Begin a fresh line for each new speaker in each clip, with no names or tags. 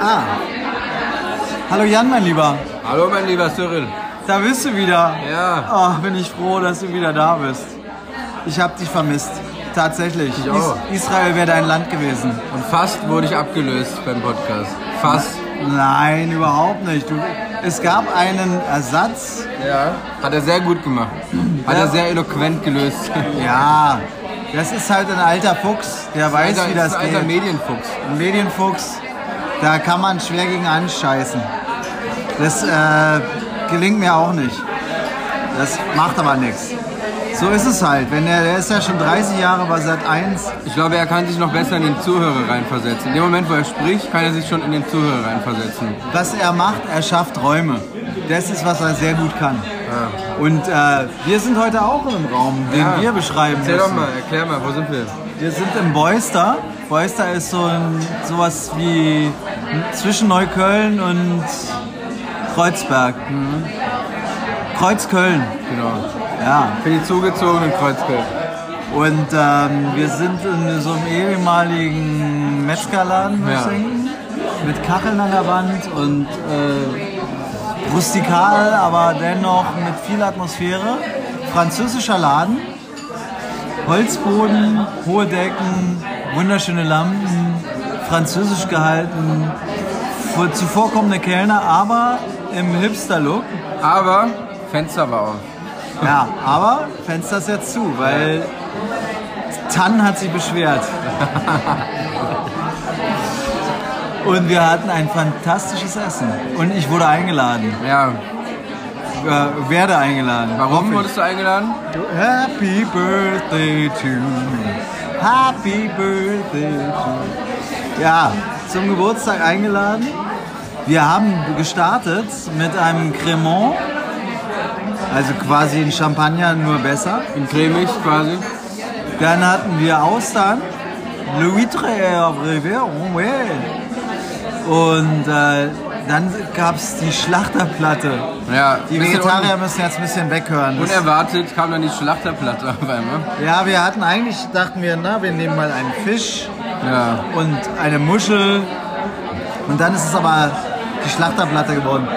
Ah. Hallo Jan, mein Lieber.
Hallo, mein lieber Cyril.
Da bist du wieder.
Ja.
Oh, bin ich froh, dass du wieder da bist. Ich hab dich vermisst. Tatsächlich.
Ich auch.
Is Israel wäre dein Land gewesen.
Und fast wurde ich abgelöst beim Podcast. Fast.
Nein, überhaupt nicht. Du, es gab einen Ersatz.
Ja. Hat er sehr gut gemacht. Hat er sehr eloquent gelöst.
Ja, das ist halt ein alter Fuchs, der weiß,
alter,
wie das
ist ein alter
geht.
Medienfuchs.
Ein Medienfuchs, da kann man schwer gegen anscheißen. Das äh, gelingt mir auch nicht. Das macht aber nichts. So ist es halt. Wenn der, der ist ja schon 30 Jahre bei Sat 1.
Ich glaube, er kann sich noch besser in den Zuhörer reinversetzen. In dem Moment, wo er spricht, kann er sich schon in den Zuhörer reinversetzen.
Was er macht, er schafft Räume. Das ist, was er sehr gut kann. Und äh, wir sind heute auch in einem Raum, den
Ja.
wir beschreiben
Erzähl doch
müssen.
mal, erklär mal, wo sind wir?
Wir sind im Beuster. Beuster ist so ein, sowas wie zwischen Neukölln und Kreuzberg. Mhm. Kreuzköln,
Genau.
ja.
Für die zugezogenen Kreuzberg.
Und ähm, wir sind in so einem ehemaligen Metzgerladen, würde ich
Ja.
sagen. Mit Kacheln an der Wand und äh, rustikal, aber dennoch mit viel Atmosphäre. Französischer Laden, Holzboden, hohe Decken, wunderschöne Lampen, französisch gehalten, vor- zuvorkommende Kellner, aber im Hipster-Look.
Aber Fenster war auf.
Ja, aber Fenster ist jetzt zu, weil Tan hat sich beschwert. Und wir hatten ein fantastisches Essen. Und ich wurde eingeladen.
Ja.
Äh, werde eingeladen.
Warum
Hoffe
wurdest du eingeladen?
ich. Happy Birthday to me. Happy Birthday to Ja, zum Geburtstag eingeladen. Wir haben gestartet mit einem Cremant. Also quasi ein Champagner, nur besser.
In cremig quasi.
Dann hatten wir Austern, Louitre Rivière, oh ouais. Und äh, dann gab es die Schlachterplatte.
Ja.
Die
bisschen
Vegetarier müssen jetzt ein bisschen weghören.
un-
Das-
Unerwartet kam dann die Schlachterplatte auf einmal.
Ja, wir hatten eigentlich, dachten wir, na, wir nehmen mal einen Fisch
Ja.
und eine Muschel. Und dann ist es aber die Schlachterplatte geworden.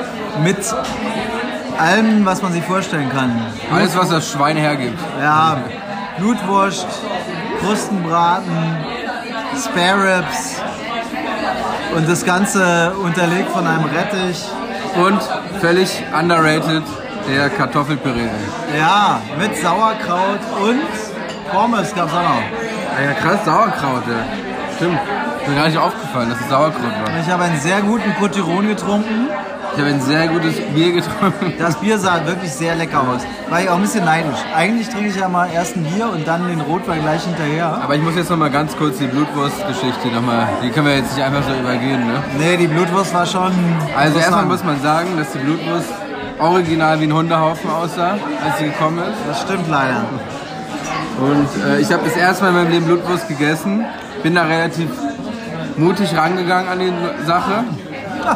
Mit allem, was man sich vorstellen kann.
Alles, was das Schwein hergibt.
Ja, Blutwurst, Krustenbraten, Spare Ribs und das Ganze unterlegt von einem Rettich.
Und völlig underrated der Kartoffelpüree.
Ja, mit Sauerkraut und Pommes gab's auch noch.
Ah Ja, krass, Sauerkraut, ja. Stimmt. Ist mir gar nicht aufgefallen, dass es Sauerkraut war.
Ich habe einen sehr guten Cotiron getrunken.
Ich habe ein sehr gutes Bier getrunken.
Das Bier sah wirklich sehr lecker aus. War ich auch ein bisschen neidisch. Eigentlich trinke ich ja mal erst ein Bier und dann den Rotwein gleich hinterher.
Aber ich muss jetzt nochmal ganz kurz die Blutwurst-Geschichte nochmal. Die können wir jetzt nicht einfach so übergehen, ne?
Nee, die Blutwurst war schon.
Also, erstmal
man-
muss man sagen, dass die Blutwurst original wie ein Hundehaufen aussah, als sie gekommen ist.
Das stimmt leider.
Und äh, ich habe das erste Mal in meinem Leben Blutwurst gegessen. Bin da relativ mutig rangegangen an die Sache.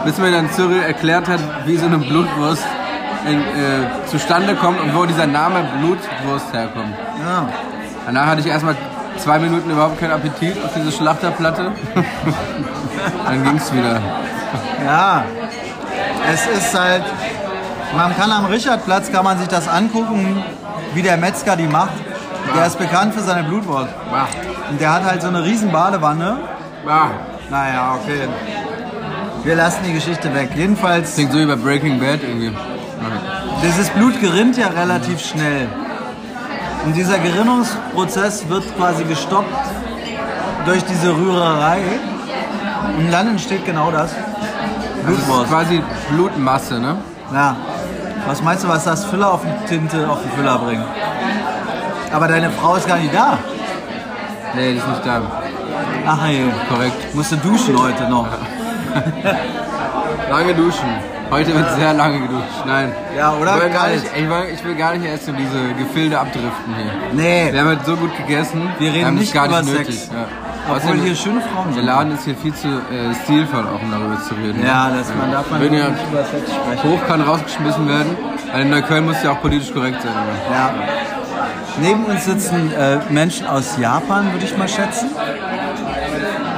Bis mir dann Cyril erklärt hat, wie so eine Blutwurst in, äh, zustande kommt und wo dieser Name Blutwurst herkommt.
Ja.
Danach hatte ich erstmal zwei Minuten überhaupt keinen Appetit auf diese Schlachterplatte. dann ging's wieder.
Ja, es ist halt, man kann am Richardplatz, kann man sich das angucken, wie der Metzger die macht. Der ist bekannt für seine Blutwurst.
Bah,
Und der hat halt so eine riesen Badewanne.
bah.
Naja, okay. Wir lassen die Geschichte weg. Jedenfalls,
Klingt so wie bei Breaking Bad irgendwie.
dieses Blut gerinnt ja relativ schnell. Und dieser Gerinnungsprozess wird quasi gestoppt durch diese Rührerei. Und dann entsteht genau das.
Das ist
Blutwurst.
quasi Blutmasse, ne?
Ja. Was meinst du, was das Füller auf die Tinte auf den Füller bringt? Aber deine Frau ist gar nicht da.
Nee, die ist nicht da.
Ach ey,
Korrekt.
musste duschen heute noch.
Lange duschen. Heute wird sehr lange geduscht. Nein.
Ja, oder?
Ich will gar
Kalt.
nicht, ich will, ich will gar nicht erst in diese Gefilde abdriften hier. Wir
Nee,
haben halt so gut gegessen.
wir
wir
reden
haben es
nicht
gar
über
nicht
Sex.
nötig. Ja.
Obwohl
Außerdem,
hier schöne Frauen
der
sind.
Laden ist hier viel zu äh, stilvoll, auch um darüber zu reden.
Ja, das man darf man
Wenn ihr
nicht über Sex sprechen.
hoch kann rausgeschmissen werden, weil in Neukölln muss ja auch politisch korrekt sein. ne? Oder?
Ja. Neben uns sitzen äh, Menschen aus Japan, würde ich mal schätzen.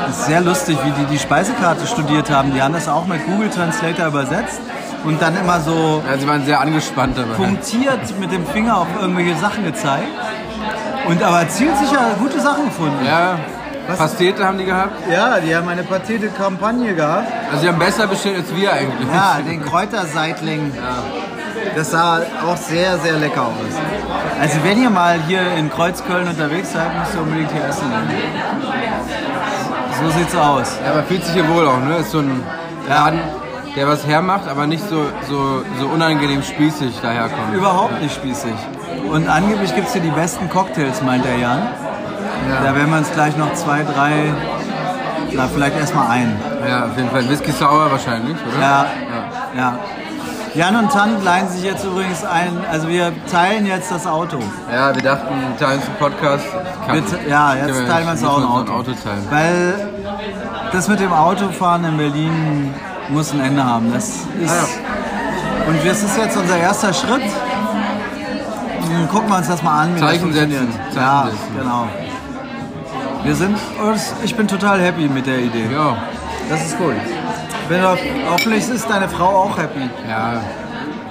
ist sehr lustig, wie die die Speisekarte studiert haben. Die haben das auch mit Google Translator übersetzt und dann immer so
Ja, Also, sie waren sehr angespannt dabei.
punktiert mit dem Finger auf irgendwelche Sachen gezeigt. Und aber zielsicher gute Sachen gefunden.
Ja,
Was?
Pastete haben die gehabt.
Ja, die haben eine patente Kampagne gehabt.
Also die haben besser bestellt als wir eigentlich.
Ja, den Kräuterseitling. Das sah auch sehr, sehr lecker aus. Also wenn ihr mal hier in Kreuzköln unterwegs seid, müsst ihr unbedingt hier essen. So sieht's aus.
Ja, aber fühlt sich hier wohl auch, ne? Ist so ein Laden, der was hermacht, aber nicht so, so, so unangenehm spießig daherkommt.
Überhaupt nicht spießig. Und angeblich gibt's hier die besten Cocktails, meint der Jan. Da werden wir uns gleich noch zwei, drei, na vielleicht erstmal einen.
Ja, auf jeden Fall. Whisky Sour wahrscheinlich, oder?
Ja, ja. Jan und Tan leihen sich jetzt übrigens ein, also wir teilen jetzt das Auto.
Ja, wir dachten, teilen uns einen Podcast. Ich kann-
Wir te- ja, jetzt
Können wir
teilen wir uns
nicht,
auch ein
müssen
Auto.
uns ein Auto teilen.
Weil das mit dem Autofahren in Berlin muss ein Ende haben. Das ist
Ah,
Und das ist jetzt unser erster Schritt. Nun gucken wir uns das mal an, wie
Zeichen
das funktioniert.
setzen, Zeichen
ja,
setzen.
genau. Wir sind, oh, das- ich bin total happy mit der Idee.
Ja,
Das ist cool. Bin doch, hoffentlich ist deine Frau auch happy.
ja.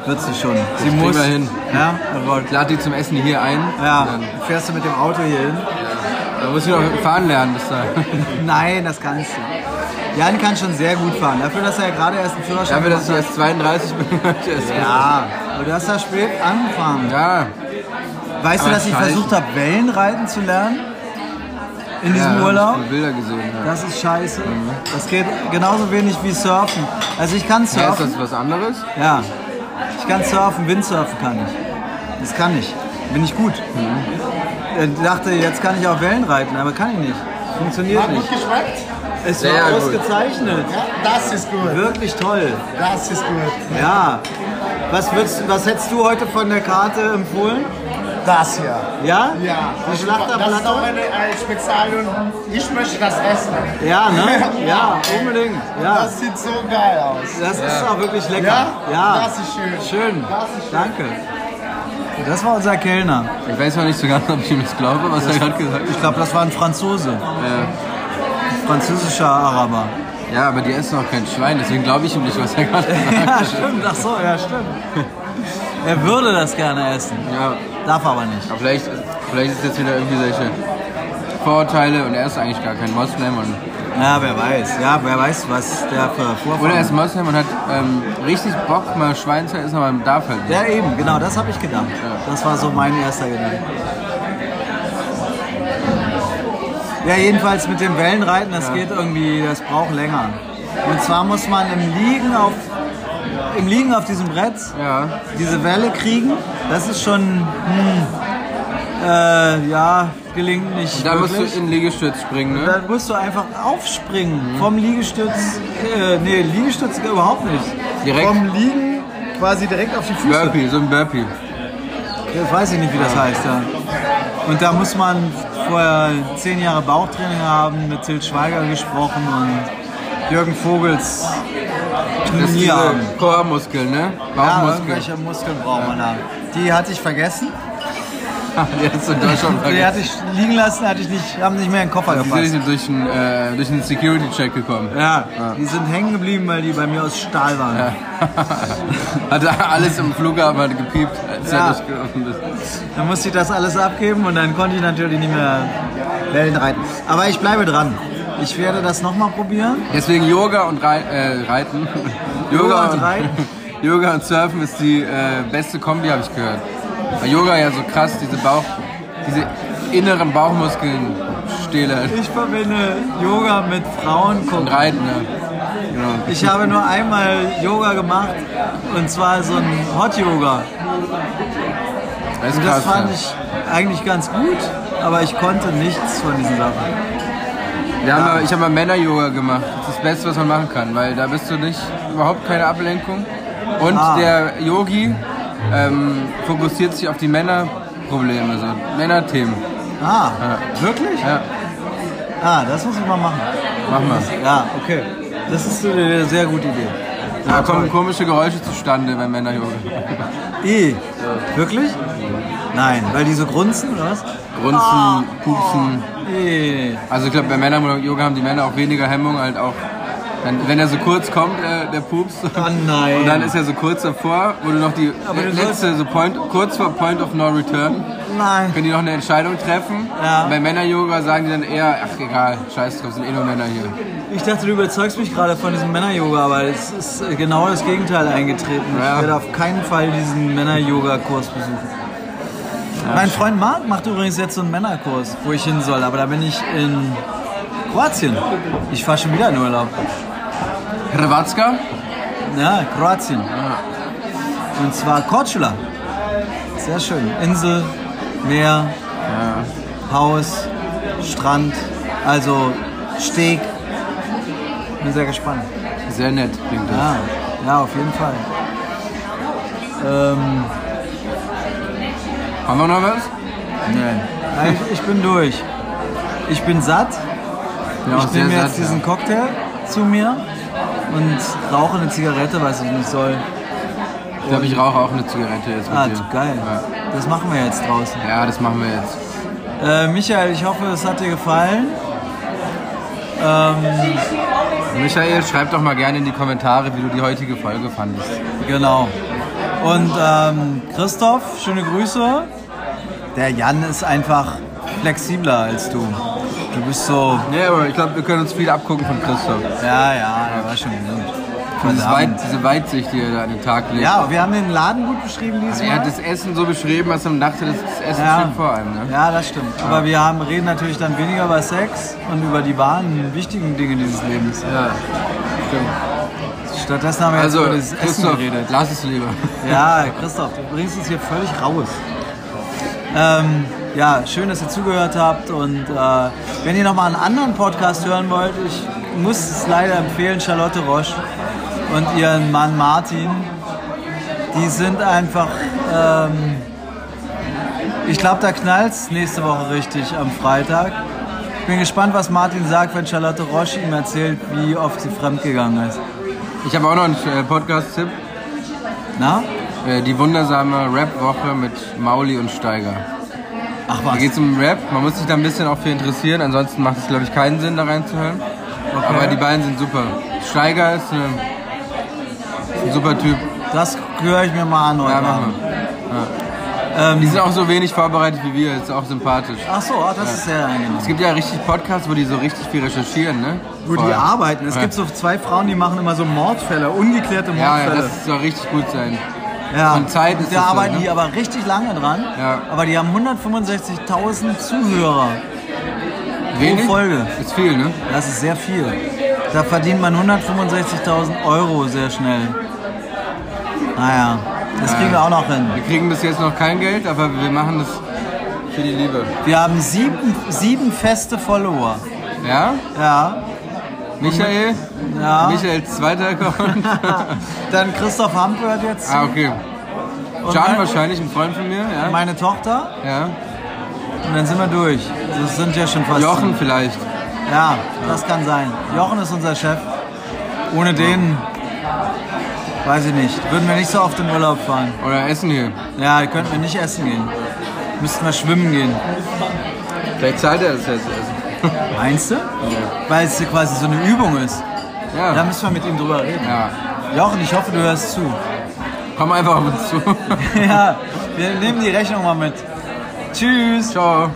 Wird sie schon. Sie
kriegen
muss.
wir hin.
Ja, jawohl.
Lad die zum Essen hier ein.
Ja,
und Dann,
fährst du mit dem Auto hier hin?
da muss ich noch fahren lernen bis dahin.
Nein, das kannst du. Jan kann schon sehr gut fahren. Dafür, dass er ja gerade erst einen Führerschein
Dafür, dass ich
gemacht
erst 32 bin, hab ich erst
hat. Ja, aber du hast ja spät angefangen.
Ja,
Weißt du,
Aber
dass ich
scheiße.
versucht habe, Wellenreiten zu lernen? In
ja,
diesem
hab
Urlaub?
Ich die Bilder gesehen. Ja.
Das ist scheiße. Das geht genauso wenig wie Surfen. Also ich kann
Ja, ist
surfen.
das was anderes?
Ja. Ich kann surfen, Windsurfen kann ich. Das kann ich. Bin ich gut.
Mhm.
Ich dachte, jetzt kann ich auch Wellen reiten, aber kann ich nicht. Funktioniert
Hat gut
nicht.
geschmeckt?
Es
Sehr
war
gut.
ausgezeichnet.
Ja, das ist gut.
Wirklich toll.
Das ist gut.
Ja. Was, würdest, was hättest du heute von der Karte empfohlen?
Das hier.
Ja?
Ja.
Die
Das ist auch
Schlachterplatte?
meine äh, Spezial und ich möchte das essen.
Ja, ne? Ja, unbedingt. Ja.
Das sieht so geil aus.
Das ist auch wirklich lecker.
Ja?
ja.
Das ist schön.
Schön.
Das ist schön.
Danke. Das war unser Kellner.
Ich weiß noch nicht so ganz, ob ich ihm das glaube, was er gerade gesagt
Ich glaube, das war ein Franzose.
hat.
Französischer Araber.
Äh, Ja, aber die essen auch kein Schwein, deswegen glaube ich ihm nicht, was er gerade gesagt
Ja,
hat.
stimmt. Ach so, ja, stimmt. Er würde das gerne essen.
Ja,
Darf aber nicht.
aber vielleicht, vielleicht ist jetzt wieder irgendwie solche Vorurteile und er ist eigentlich gar kein Moslem. Und,
Ja, wer weiß. Ja, wer weiß, was der für
oder er
Vorfahren
ist Moslem und hat ähm, richtig Bock, mal Schwein zu essen, aber darf halt nicht.
Ja, eben, genau, das habe ich gedacht. Das war so mein erster Gedanke. Ja, jedenfalls mit dem Wellenreiten, das geht irgendwie, das braucht länger. Und zwar muss man im Liegen auf, im Liegen auf diesem Brett
Ja,
diese Welle kriegen. Das ist schon, hm, äh, ja, gelingt nicht
da musst du
wirklich.
in den Liegestütz springen, ne?
Dann musst du einfach aufspringen vom Liegestütz, äh, nee, Liegestütz überhaupt nicht.
Direkt.
Vom Liegen quasi direkt auf die Füße.
Burpee, so ein Burpee.
Das weiß ich nicht, wie das heißt. Ja. Und da muss man vorher zehn Jahre Bauchtraining haben, mit Til Schweiger gesprochen und Jürgen Vogels
Das ist
Knie
diese
haben.
Chormuskeln, ne?
Ja,
Bauchmuskeln.
irgendwelche Muskeln braucht man da. Die hatte ich vergessen.
der ist in Deutschland
Die
vergessen.
hatte ich liegen lassen, hatte ich nicht, haben nicht mehr in den Koffer
Die sind
gepasst.
nicht durch einen, äh, durch einen Security-Check gekommen.
Ja, die sind hängen geblieben, weil die bei mir aus Stahl waren.
Hat da alles im Flughafen hat gepiept, als
Ja.
er durchgelaufen ist.
Dann musste ich das alles abgeben und dann konnte ich natürlich nicht mehr Wellen reiten. Aber ich bleibe dran. Ich werde das nochmal probieren.
Deswegen Yoga und Rei äh, Reiten.
Yoga und Reiten.
Yoga und Surfen ist die äh, beste Kombi, habe ich gehört. Weil Yoga ja so krass, diese Bauch, diese inneren Bauchmuskeln stähle.
Ich verbinde Yoga mit Frauen
Und Reiten, ne? Genau.
Ich habe nur einmal Yoga gemacht und zwar so ein Hot Yoga.
Das ist
Und
krass.
das fand
ne?
ich eigentlich ganz gut, aber ich konnte nichts von diesen Sachen.
Wir haben mal, ich habe mal Männer-Yoga gemacht. Das ist das Beste, was man machen kann, weil da bist du nicht, überhaupt keine Ablenkung. Und
Ah.
der Yogi ähm, fokussiert sich auf die Männerprobleme, so Männerthemen.
Ah, wirklich?
Ja,
Ah, das muss ich mal machen.
mach mal.
Ja, okay. Das ist eine sehr gute Idee.
Da kommen komische Geräusche zustande beim Männerjoghurt.
I. E. Wirklich? Nein, weil die so grunzen oder was?
Grunzen, pupsen.
Oh. I.
Also ich glaube, bei Männerjoga haben die Männer auch weniger Hemmung, halt auch. Wenn, wenn er so kurz kommt, äh, der Pups.
Oh nein.
Und dann ist er so kurz davor, wo du noch die
Aber du
letzte, so point, kurz vor Point of No Return,
Nein.
können die noch eine Entscheidung treffen.
Ja.
Bei Männeryoga sagen die dann eher, ach egal, scheiß drauf, sind eh nur Männer hier.
Ich dachte, du überzeugst mich gerade von diesem Männer-Yoga, aber es ist genau das Gegenteil eingetreten.
Ja.
Ich werde auf keinen Fall diesen Männer-Yoga-Kurs besuchen. mein Freund Marc macht übrigens jetzt so einen Männerkurs, wo ich hin soll, aber da bin ich in Kroatien. Ich fahre schon wieder in Urlaub.
Hrvatska?
Ja, Kroatien. Und zwar Korčula. Sehr schön. Insel, Meer, Haus, Strand, also Steg. Bin sehr gespannt.
Sehr nett klingt das.
Ja, ja auf jeden Fall. Ähm,
Haben wir noch was?
nee. Ich, ich bin durch. Ich bin satt.
Bin auch
ich nehme jetzt
ja.
diesen Cocktail zu mir und rauche eine Zigarette, was ich nicht soll.
Ich glaube, ich rauche auch eine Zigarette jetzt mit
Ah,
dir.
geil. Das machen wir jetzt draußen.
Ja. ja, das machen wir jetzt.
Äh, Michael, ich hoffe, es hat dir gefallen.
Michael, schreib doch mal gerne in die Kommentare, wie du die heutige Folge fandest.
Genau. Und ähm, Christoph, schöne Grüße. Der Jan ist einfach flexibler als du. Du bist so,
Ja, aber ich glaube, wir können uns viel abgucken von Christoph.
ja, ja, der war schon gut.
Dieses
Verdammt.
Weit, diese Weitsicht, die er da an den Tag legt.
Ja, wir haben den Laden gut beschrieben diesmal.
Er hat das Essen so beschrieben, als man dachte, das das Essen
Ja.
steht vor einem. Ne?
Ja, das stimmt. Aber wir haben, reden natürlich dann weniger über Sex und über die wahren, wichtigen Dinge dieses Lebens.
Ja, stimmt.
Stattdessen haben wir
Also,
jetzt über das Essen
Christoph,
geredet.
lass es lieber.
Ja, Christoph, du bringst uns hier völlig raus. Ähm, ja, schön, dass ihr zugehört habt und äh, wenn ihr nochmal einen anderen Podcast hören wollt, ich muss es leider empfehlen, Charlotte Roche und ihren Mann Martin, die sind einfach, ähm, ich glaube, da knallt's nächste Woche richtig am Freitag. Ich bin gespannt, was Martin sagt, wenn Charlotte Roche ihm erzählt, wie oft sie fremdgegangen ist.
Ich habe auch noch einen äh, Podcast-Tipp.
Na?
Äh, Die wundersame Rap-Woche mit Mauli und Steiger.
Ach
Da
was.
geht es um Rap. Man muss sich da ein bisschen auch für interessieren. Ansonsten macht es, glaube ich, keinen Sinn, da reinzuhören. Aber die beiden sind super. Steiger ist, eine, ist ein super Typ.
Das höre ich mir mal an heute
Ja, machen
Abend.
wir. Ja. Ähm, Die sind auch so wenig vorbereitet wie wir. Ist auch sympathisch.
Ach so, ah, das ist sehr angenehm.
Es gibt ja richtig Podcasts, wo die so richtig viel recherchieren, ne?
Wo die
Vorher.
arbeiten. Es
Ja.
gibt so zwei Frauen, die machen immer so Mordfälle, ungeklärte
Ja, ja,
Mordfälle.
das soll richtig gut sein.
Ja,
von Zeit ist
Da
das so,
arbeiten
ne?
die aber richtig lange dran.
Ja.
Aber die haben 165.000 Zuhörer.
Wenig?
Folge.
Ist viel, ne?
Das ist sehr viel. Da verdient man 165.000 Euro sehr schnell. Naja, das kriegen wir auch noch hin.
Wir kriegen bis jetzt noch kein Geld, aber wir machen das für die Liebe.
Wir haben sieben, sieben feste Follower.
Ja?
Ja.
Michael?
Ja. Ah,
Michaels zweiter Account?
Dann Christoph Hamp hört jetzt. zu.
ah, okay.
Und
Can
mein-
wahrscheinlich, ein Freund von mir, ja?
meine Tochter.
ja.
Und dann sind wir durch. Das sind ja schon fast.
Jochen vielleicht.
Ja, das kann sein. Jochen ist unser Chef. Ohne den, weiß ich nicht, würden wir nicht so oft in Urlaub fahren.
Oder Essen hier.
Ja, könnten wir nicht essen gehen. Müssten wir schwimmen gehen.
Vielleicht zahlt er das jetzt Essen.
Meinst du? Weil es hier quasi so eine Übung ist. Da
Ja.
müssen wir mit ihm drüber reden.
ja.
Jochen, ich hoffe, du hörst zu.
Komm einfach auf uns zu.
ja, wir nehmen die Rechnung mal mit. Tschüss.
Ciao.